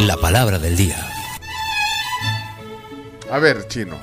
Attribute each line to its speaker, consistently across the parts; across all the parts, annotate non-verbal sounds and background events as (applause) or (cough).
Speaker 1: La palabra del día.
Speaker 2: A ver, chino,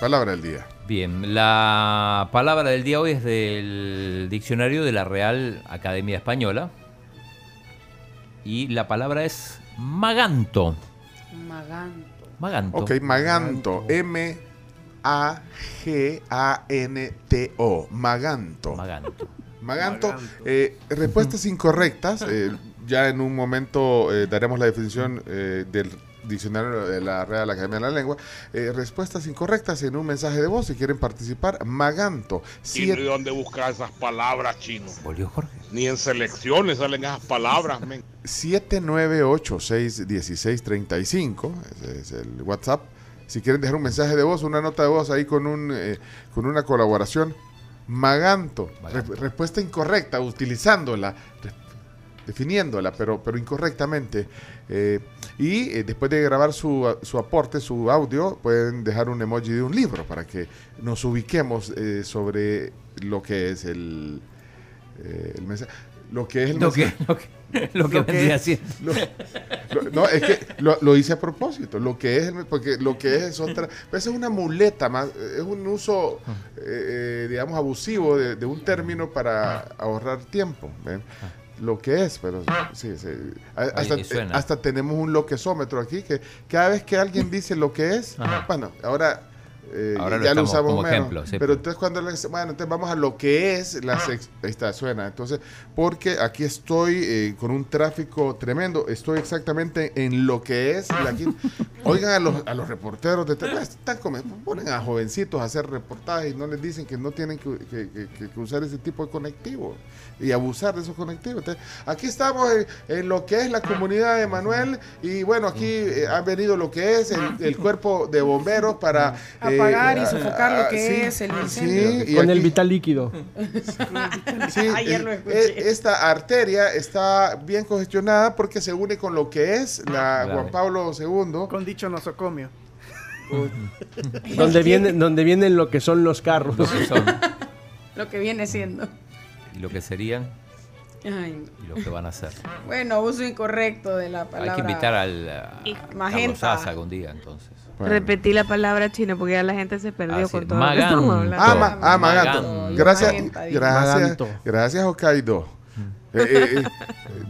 Speaker 2: palabra del día.
Speaker 3: Bien, la palabra del día hoy es del diccionario de la Real Academia Española. Y la palabra es maganto.
Speaker 4: Maganto.
Speaker 3: Maganto.
Speaker 2: Ok, Maganto. M-A-G-A-N-T-O. Maganto.
Speaker 3: Maganto.
Speaker 2: Maganto. eh, respuestas incorrectas. eh, ya en un momento eh, daremos la definición eh, del diccionario de la Real Academia de la Lengua. Eh, respuestas incorrectas en un mensaje de voz si quieren participar. Maganto.
Speaker 5: Chino, ¿y
Speaker 2: Siete-
Speaker 5: dónde buscar esas palabras, chino?
Speaker 3: Volvió Jorge.
Speaker 5: Ni en selecciones salen esas palabras, men.
Speaker 2: 79861635, ese es el WhatsApp. Si quieren dejar un mensaje de voz, una nota de voz ahí con, un, eh, con una colaboración. Maganto,
Speaker 3: Maganto.
Speaker 2: Re- respuesta incorrecta, utilizándola, re- definiéndola, pero, pero incorrectamente. Eh, y eh, después de grabar su, su aporte, su audio, pueden dejar un emoji de un libro para que nos ubiquemos eh, sobre lo que es el, eh, el mensaje. Lo que es el
Speaker 3: Lo
Speaker 2: mensaje.
Speaker 3: que, lo que, lo que
Speaker 2: Lo que
Speaker 3: vendría
Speaker 2: es-
Speaker 3: siendo.
Speaker 2: Lo- lo- no, es que lo, lo hice a propósito. Lo que es, el- porque lo que es es otra. pues es una muleta más. Es un uso, eh, eh, digamos, abusivo de, de un término para ahorrar tiempo. ¿ven? Lo que es, pero sí, sí. A- Hasta,
Speaker 3: Oye, suena.
Speaker 2: eh, hasta tenemos un loquesómetro aquí que cada vez que alguien dice lo que es,
Speaker 3: Ajá.
Speaker 2: bueno, ahora. eh,
Speaker 3: Ahora lo
Speaker 2: ya lo
Speaker 3: estamos
Speaker 2: usamos
Speaker 3: como
Speaker 2: menos.
Speaker 3: ejemplo, sí, pues.
Speaker 2: pero
Speaker 3: pero-
Speaker 2: entonces cuando le dice, bueno, entonces vamos a lo que es la sex- ahí está, suena. Entonces, porque aquí estoy eh, con un tráfico tremendo, estoy exactamente en lo que es la quin- Oigan a los, a los reporteros de tele- están come- ponen a jovencitos a hacer reportajes y no les dicen que no tienen que, que- que- que- que usar ese tipo de conectivos y abusar de esos conectivos. Entonces, aquí estamos en, en lo que es la comunidad de Manuel y bueno, aquí eh, ha venido lo que es el, el cuerpo de bomberos para... eh,
Speaker 4: Apagar y
Speaker 2: a-
Speaker 4: sofocar lo
Speaker 2: a-
Speaker 4: que
Speaker 2: sí,
Speaker 4: es el
Speaker 2: sí,
Speaker 4: incendio.
Speaker 2: y
Speaker 6: Con el
Speaker 2: aquí-
Speaker 6: vital líquido.
Speaker 2: (laughs) Sí,
Speaker 4: (laughs) Ayer
Speaker 2: eh,
Speaker 4: lo escuché.
Speaker 2: eh, Esta arteria está bien congestionada porque se une con lo que es
Speaker 6: Ah,
Speaker 2: la
Speaker 3: Claro.
Speaker 2: Juan Pablo II.
Speaker 7: Con dicho nosocomio. (laughs)
Speaker 6: Donde vienen, donde vienen lo que son los carros. (laughs)
Speaker 3: Lo que son
Speaker 4: Lo que viene siendo.
Speaker 3: y lo que serían
Speaker 4: Ay, no.
Speaker 3: y lo que van a ser.
Speaker 4: Bueno, uso incorrecto de la palabra.
Speaker 3: Hay que invitar al a
Speaker 4: Y-
Speaker 3: Carlos
Speaker 4: Magenta.
Speaker 3: Sasa algún día entonces.
Speaker 2: Bueno.
Speaker 8: Repetí la palabra chino porque ya la gente se perdió
Speaker 9: Ah,
Speaker 3: Así
Speaker 8: con
Speaker 3: es.
Speaker 8: todo lo que estamos
Speaker 3: Maganto.
Speaker 8: hablando.
Speaker 2: Ah, ma- ah, Maganto.
Speaker 3: Maganto.
Speaker 2: Gracias,
Speaker 4: Magenta, digo.
Speaker 2: gracias,
Speaker 6: Maganto.
Speaker 2: gracias Hokkaido.
Speaker 8: Mm.
Speaker 2: Eh, eh, eh,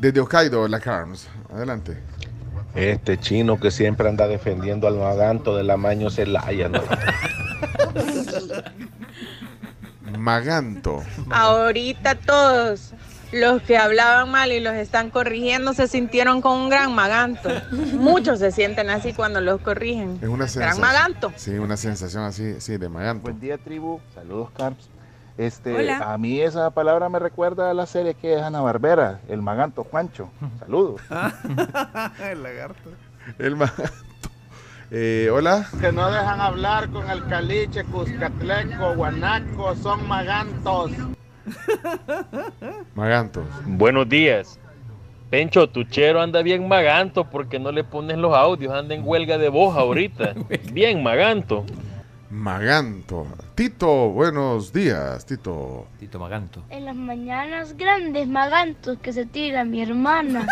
Speaker 2: desde Hokkaido, la Carms. Adelante.
Speaker 10: Este chino que siempre anda defendiendo al maganto del amaño Celaya, ¿no?
Speaker 2: Maganto.
Speaker 8: (laughs) Ahorita todos los que hablaban mal y los están corrigiendo se sintieron con un
Speaker 11: (laughs)
Speaker 8: gran maganto. Muchos se sienten así cuando los corrigen.
Speaker 2: Es una
Speaker 8: Gran
Speaker 2: sensación.
Speaker 8: maganto.
Speaker 2: Sí, una sensación así, sí, de Maganto.
Speaker 10: (laughs) Buen día, tribu. Saludos, Carps. Este,
Speaker 8: Hola.
Speaker 10: a mí esa palabra me recuerda a la serie que es Ana Barbera, el maganto Juancho. Saludos.
Speaker 7: Ah, El lagarto.
Speaker 2: El Maganto. Eh, hola.
Speaker 10: Que no dejan hablar con el caliche, cuscatleco, guanaco, son magantos.
Speaker 2: Maganto.
Speaker 9: Buenos días. Pencho, tu chero anda bien maganto porque no le pones los audios, anda en huelga de voz ahorita. Bien maganto.
Speaker 2: Maganto. Tito, buenos días, Tito.
Speaker 3: Tito Maganto.
Speaker 11: En las mañanas grandes magantos que se tira mi
Speaker 9: (laughs)
Speaker 11: hermana.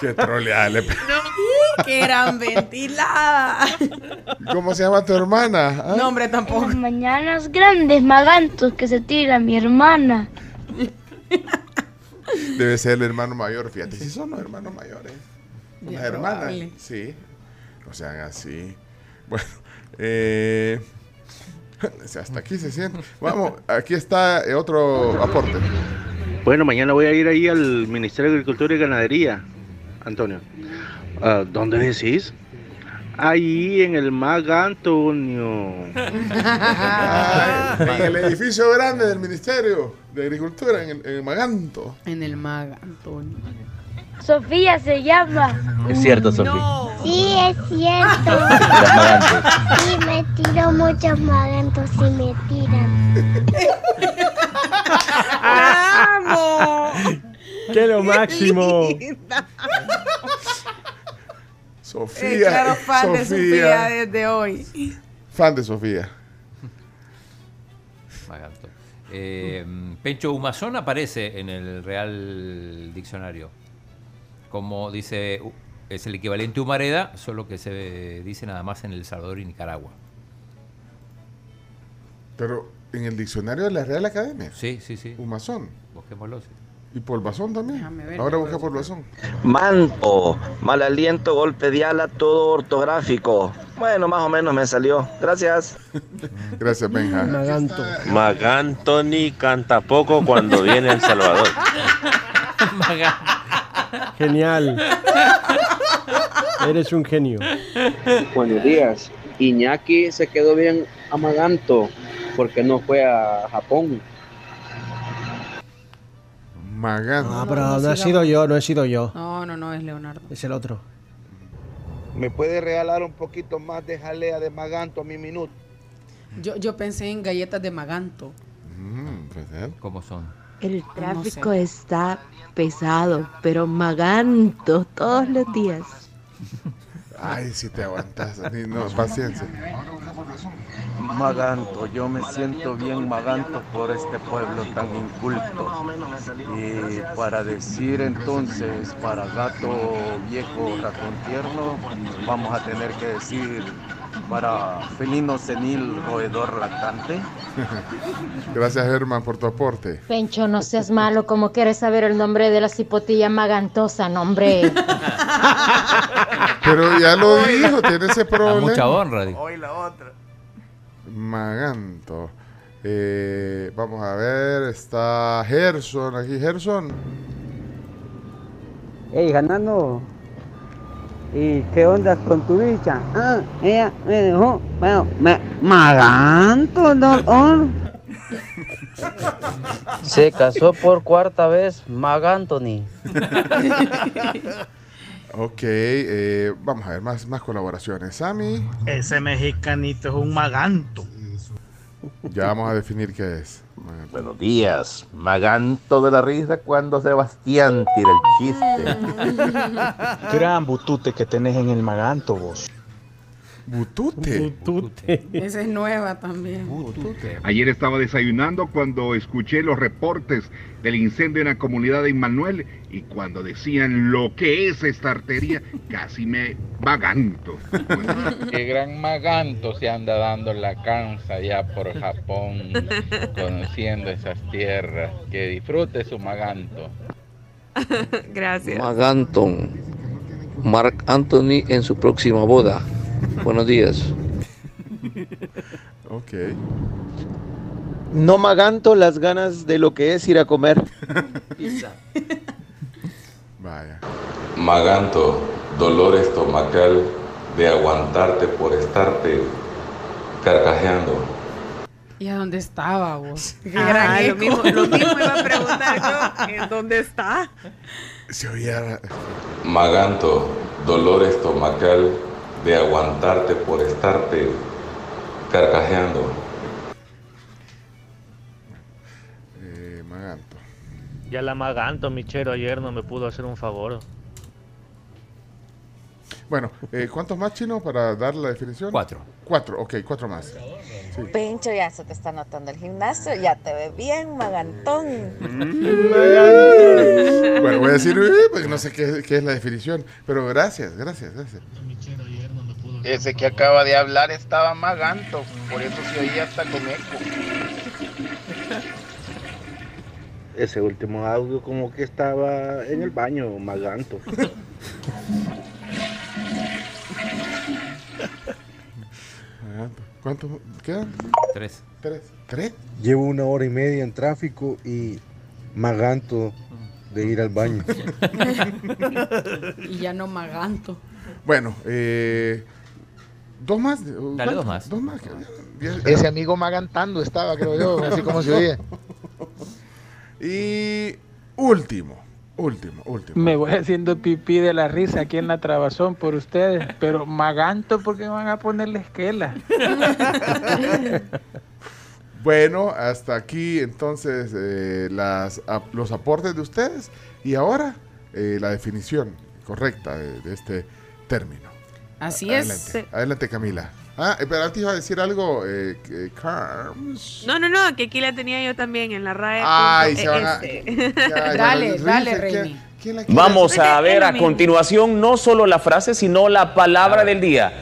Speaker 2: Qué troleada le pe-
Speaker 4: Que eran ventiladas.
Speaker 2: ¿Cómo se llama tu hermana? Ah,
Speaker 4: No, hombre,
Speaker 11: En
Speaker 4: tampoco.
Speaker 11: las mañanas grandes magantos que se tira mi hermana.
Speaker 2: Debe ser el hermano mayor, fíjate. Si son los hermanos mayores.
Speaker 4: Bien
Speaker 2: Las hermanas.
Speaker 4: probable.
Speaker 2: Sí. No sean así. Bueno, eh, (laughs) o sea, hasta aquí se siente. Vamos, aquí está eh, otro aporte.
Speaker 10: Bueno, mañana voy a ir ahí al Ministerio de Agricultura y Ganadería, Antonio. Ah, ¿Dónde decís? Ahí en el MAG, Antonio.
Speaker 2: Ah, en el edificio grande del Ministerio de Agricultura, en el, en el Maganto.
Speaker 4: En el maga, Antonio.
Speaker 11: Sofía se llama.
Speaker 9: Es cierto, Sofía.
Speaker 11: Sí, es
Speaker 9: (laughs)
Speaker 11: cierto. Sí, me tiro muchos magantos y me tiran.
Speaker 3: Ah,
Speaker 4: ¡Vamos!
Speaker 6: ¡Qué lo (laughs) máximo!
Speaker 2: Sofía.
Speaker 4: Eh, claro, fan de Sofía eh. desde hoy.
Speaker 2: Fan de Sofía.
Speaker 3: Maganto. Eh, Pencho Humazón aparece en el Real Diccionario. Como dice, u- es el equivalente humareda, solo que se dice nada más en El Salvador y Nicaragua.
Speaker 2: Pero en el diccionario de la Real Academia.
Speaker 3: Sí, sí, sí.
Speaker 2: Humazón.
Speaker 3: Busquémoslo.
Speaker 4: (laughs)
Speaker 3: sí.
Speaker 2: Y polvazón también.
Speaker 3: ver,
Speaker 2: Ahora
Speaker 3: lo
Speaker 2: busca polvazón.
Speaker 12: Manto, mal aliento, golpe de ala, todo ortográfico. Bueno, más o menos me salió. Gracias.
Speaker 2: Gracias, Benja.
Speaker 6: Maganto.
Speaker 10: Magantoni canta poco cuando viene a El Salvador.
Speaker 6: Genial. Eres un genio.
Speaker 13: Buenos días. Iñaki se quedó bien amaganto porque no fue a Japón.
Speaker 2: Magán.
Speaker 6: Ah, pero no, he sido yo, no he sido yo.
Speaker 4: No, no, no, es Leonardo.
Speaker 6: Es el otro.
Speaker 13: ¿Me puede regalar un poquito más de jalea de maganto a mi minuto?
Speaker 4: Yo, yo pensé en galletas de Maganto.
Speaker 3: ¿Cómo son?
Speaker 14: El tráfico
Speaker 4: No sé.
Speaker 14: está pesado, pero maganto todos los días.
Speaker 2: Ay, si te aguantas. Ni- No, paciencia.
Speaker 15: Maganto, yo me siento bien maganto por este pueblo tan inculto. Y para decir entonces, para gato viejo, ratón tierno, vamos a tener que decir para felino senil, roedor lactante.
Speaker 2: Gracias, Herman, por tu aporte.
Speaker 16: Pencho, no seas malo, como quieres saber el nombre de la cipotilla magantosa, nombre.
Speaker 2: Pero ya lo dijo, tiene ese
Speaker 3: A
Speaker 2: problema.
Speaker 3: Ah, mucha honra. digo.
Speaker 17: Hoy la otra.
Speaker 2: Maganto. Eh, vamos a ver, está Gerson aquí. Gerson.
Speaker 18: Ey, ganando. ¿Y qué onda con tu bicha? Ah, ella me dejó. Bueno, me maganto, dolor.
Speaker 19: Se casó por cuarta vez Mag Anthony.
Speaker 2: Ok, eh, vamos a ver más, más colaboraciones. Sammy,
Speaker 7: Ese mexicanito es un maganto.
Speaker 2: ya vamos a definir qué es. Maganto.
Speaker 10: (laughs) Buenos días. Maganto de la risa cuando Sebastián tira el chiste.
Speaker 20: Gran butute que tenés en el maganto vos.
Speaker 2: Butute.
Speaker 4: Esa es nueva también.
Speaker 21: Ayer estaba desayunando cuando escuché los reportes del incendio en la comunidad de Immanuel y cuando decían lo que es esta arteria, casi me vaganto.
Speaker 22: Qué gran maganto se anda dando la cansa ya por Japón, conociendo esas tierras. Que disfrute su maganto.
Speaker 23: Gracias.
Speaker 19: Mag Anton. Mark Anthony en su próxima boda. Buenos días.
Speaker 2: Ok.
Speaker 20: No maganto las ganas de lo que es ir a
Speaker 22: (laughs)
Speaker 20: comer.
Speaker 2: Vaya.
Speaker 5: Maganto, dolor estomacal de aguantarte por estarte carcajeando.
Speaker 4: ¿Y a dónde estaba vos? (laughs) Ah, Qué
Speaker 23: Ajá,
Speaker 4: gran
Speaker 23: lo
Speaker 4: eco.
Speaker 23: mismo- lo mismo iba a preguntar yo, ¿en dónde está?
Speaker 2: Se oía.
Speaker 5: Maganto, dolor estomacal de aguantarte por estarte carcajeando.
Speaker 2: Eh, Maganto.
Speaker 24: Ya la maganto, Michero, ayer no me pudo hacer un favor.
Speaker 2: Bueno, eh, ¿cuántos más chinos para dar la definición?
Speaker 3: Cuatro.
Speaker 2: Cuatro, ok, cuatro más. Sí.
Speaker 25: Pencho, ya se te está notando el gimnasio, ya te ves bien, magantón.
Speaker 2: Bueno, voy a decir, eh, porque no sé qué, qué es la definición, pero gracias, gracias, gracias.
Speaker 22: Ese que acaba de hablar estaba maganto, por eso se oía hasta con eco.
Speaker 26: Ese último audio como que estaba en el baño, maganto.
Speaker 2: Maganto. ¿Cuántos quedan?
Speaker 3: Tres.
Speaker 2: Tres. ¿Tres?
Speaker 27: (laughs) Llevo una hora y media en tráfico y maganto de ir al baño.
Speaker 4: (laughs) y ya no maganto.
Speaker 2: Bueno, eh, dos más. ¿Cuántos?
Speaker 22: dos más.
Speaker 2: Dos más.
Speaker 22: Ese amigo magantando estaba, creo yo, así como se oía.
Speaker 2: Y último, último, último.
Speaker 27: Me voy haciendo pipí de la risa aquí en la trabazón por ustedes, pero maganto porque van a ponerle esquela.
Speaker 2: Bueno, hasta aquí entonces eh, las, ap- los aportes de ustedes y ahora eh, la definición correcta de, de este término.
Speaker 4: Así
Speaker 2: Adelante,
Speaker 4: es.
Speaker 2: adelante Camila. Ah, espera, antes iba a decir algo, eh, que- Carms.
Speaker 18: No, no, no, que aquí la tenía yo también en la RAE. e
Speaker 2: Ay, se van a-
Speaker 4: eh, (laughs)
Speaker 18: (laughs)
Speaker 4: este. Dale, dale,
Speaker 2: Reini.
Speaker 1: Vamos a ver a continuación no solo la frase, sino la palabra del día.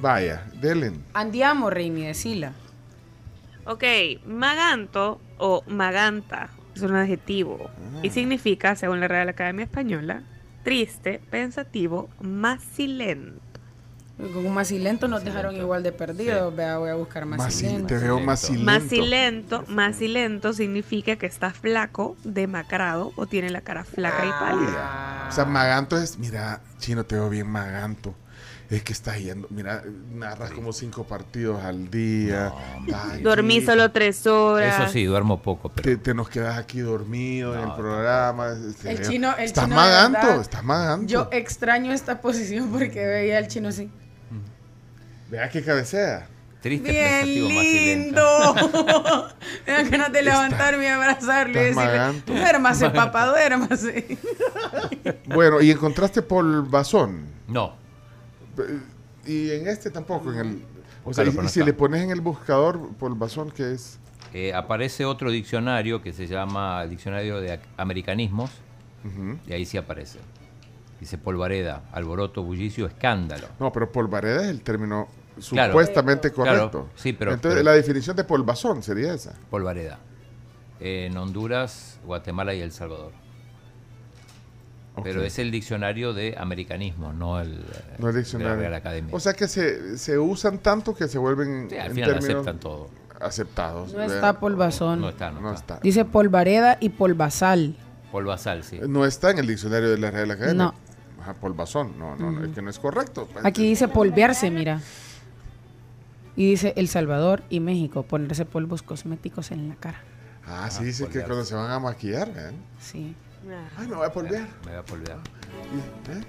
Speaker 2: Vaya, Delen.
Speaker 4: Andiamo, Reini, decila.
Speaker 18: Ok, maganto o maganta es un adjetivo
Speaker 2: Ah.
Speaker 18: y significa, según la Real Academia Española, triste, pensativo, macilento.
Speaker 4: Con más silento nos dejaron igual de perdidos. Vea, voy a buscar más,
Speaker 2: Más
Speaker 4: silento.
Speaker 2: te veo más silento.
Speaker 18: Macilento, macilento significa que está flaco, demacrado o tiene la cara
Speaker 4: Ah.
Speaker 18: flaca y
Speaker 2: Ah,
Speaker 18: pálida.
Speaker 2: O sea, Maganto es, mira, chino, te veo bien Maganto. Es que estás yendo, mira, narras como cinco partidos al día. Ay,
Speaker 18: (laughs) Dormí
Speaker 2: sí.
Speaker 18: solo tres horas.
Speaker 3: Eso sí, duermo poco, pero
Speaker 2: Te, te nos quedas aquí dormido en el programa. Este,
Speaker 4: El chino- el
Speaker 2: estás
Speaker 4: chino de
Speaker 2: maganto,
Speaker 4: verdad.
Speaker 2: estás maganto.
Speaker 4: Yo eh, extraño esta posición porque veía al chino así.
Speaker 2: Vea qué cabecea.
Speaker 3: Triste,
Speaker 4: ¡Bien lindo! (laughs) Me dan ganas de levantarme y abrazarlo y
Speaker 2: estás
Speaker 4: decirle,
Speaker 2: maganto.
Speaker 4: duérmase, papá, duérmase.
Speaker 2: Bueno, ¿y encontraste polvazón?
Speaker 3: No.
Speaker 2: Y en este tampoco, en el... O sea,
Speaker 3: Búscalo,
Speaker 2: y-
Speaker 3: pero
Speaker 2: y
Speaker 3: no
Speaker 2: si
Speaker 3: está.
Speaker 2: le pones en el buscador polvazón, que es?
Speaker 3: eh, aparece otro diccionario que se llama Diccionario de Ac- Americanismos,
Speaker 2: Ujú.
Speaker 3: y ahí sí aparece. Dice polvareda, alboroto, bullicio, escándalo.
Speaker 2: No, pero polvareda es el término
Speaker 3: Claro.
Speaker 2: supuestamente
Speaker 3: Claro,
Speaker 2: correcto.
Speaker 3: sí, pero-
Speaker 2: Entonces,
Speaker 3: pero-
Speaker 2: la definición de polvazón sería esa.
Speaker 3: Polvareda. En Honduras, Guatemala y El Salvador. Pero
Speaker 2: Ok.
Speaker 3: es el diccionario de americanismo, no el, eh,
Speaker 2: No el
Speaker 3: de
Speaker 2: diccionario.
Speaker 3: la Real Academia.
Speaker 2: O sea que se, se usan tanto que se vuelven
Speaker 3: Sí, al
Speaker 2: en
Speaker 3: final
Speaker 2: términos
Speaker 3: aceptan todo.
Speaker 2: aceptados.
Speaker 4: No está polvazón.
Speaker 3: no está, no, está.
Speaker 4: Dice polvareda y polvazal.
Speaker 3: Polvazal, sí.
Speaker 2: Eh, No está en el diccionario de la Real Academia.
Speaker 4: No.
Speaker 2: Ajá, polvazón. No, no, no,
Speaker 4: Ujú.
Speaker 2: es que no es correcto. pues.
Speaker 4: Aquí dice polvearse, mira. Y dice El Salvador y México, ponerse polvos cosméticos en la cara.
Speaker 2: Ah, sí, dice que cuando se van a maquillar, ¿ven?
Speaker 4: Sí.
Speaker 2: Ay, me voy a polvear.
Speaker 3: Me voy a polvear.
Speaker 2: ¿Y, eh?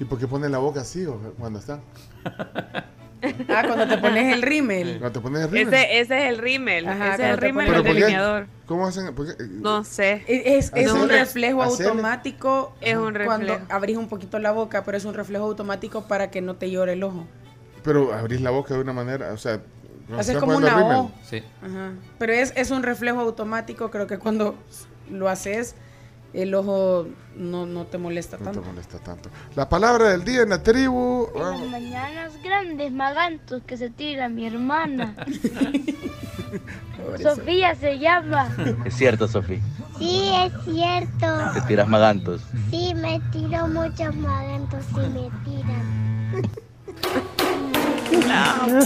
Speaker 2: ¿Y por qué ponen la boca así o cuando están?
Speaker 4: Ah, cuando te pones el rímel.
Speaker 2: Cuando te pones el rímel.
Speaker 18: Ese, ese es el rímel,
Speaker 4: Ajá,
Speaker 18: ese es
Speaker 4: cuando
Speaker 18: el
Speaker 4: te
Speaker 18: rímel
Speaker 2: Pero
Speaker 18: del
Speaker 2: ¿por qué?
Speaker 18: delineador.
Speaker 2: ¿Cómo hacen? ¿Por qué?
Speaker 18: No sé.
Speaker 4: Es, es
Speaker 2: Hacerle-
Speaker 4: un reflejo
Speaker 2: hacerle-
Speaker 4: automático
Speaker 18: Es un reflejo.
Speaker 4: cuando abrís un poquito la boca, pero es un reflejo automático para que no te llore el ojo.
Speaker 2: Pero abrís la boca de una manera, o sea, cuando
Speaker 4: Haces
Speaker 2: estás
Speaker 4: como
Speaker 2: poniendo
Speaker 4: una
Speaker 2: rímel.
Speaker 4: O. Ajá. Pero es, es un reflejo automático, creo que cuando lo haces, el ojo no, no te molesta
Speaker 2: No te
Speaker 4: tanto.
Speaker 2: molesta tanto. La palabra del día en la tribu. vamos.
Speaker 5: mañanas grandes magantos que se tira mi (laughs) hermana. Sofía se llama.
Speaker 1: Es cierto, Sofía.
Speaker 5: Sí, es cierto.
Speaker 1: Te tiras magantos.
Speaker 5: Sí, me tiro muchos magantos y me tiran.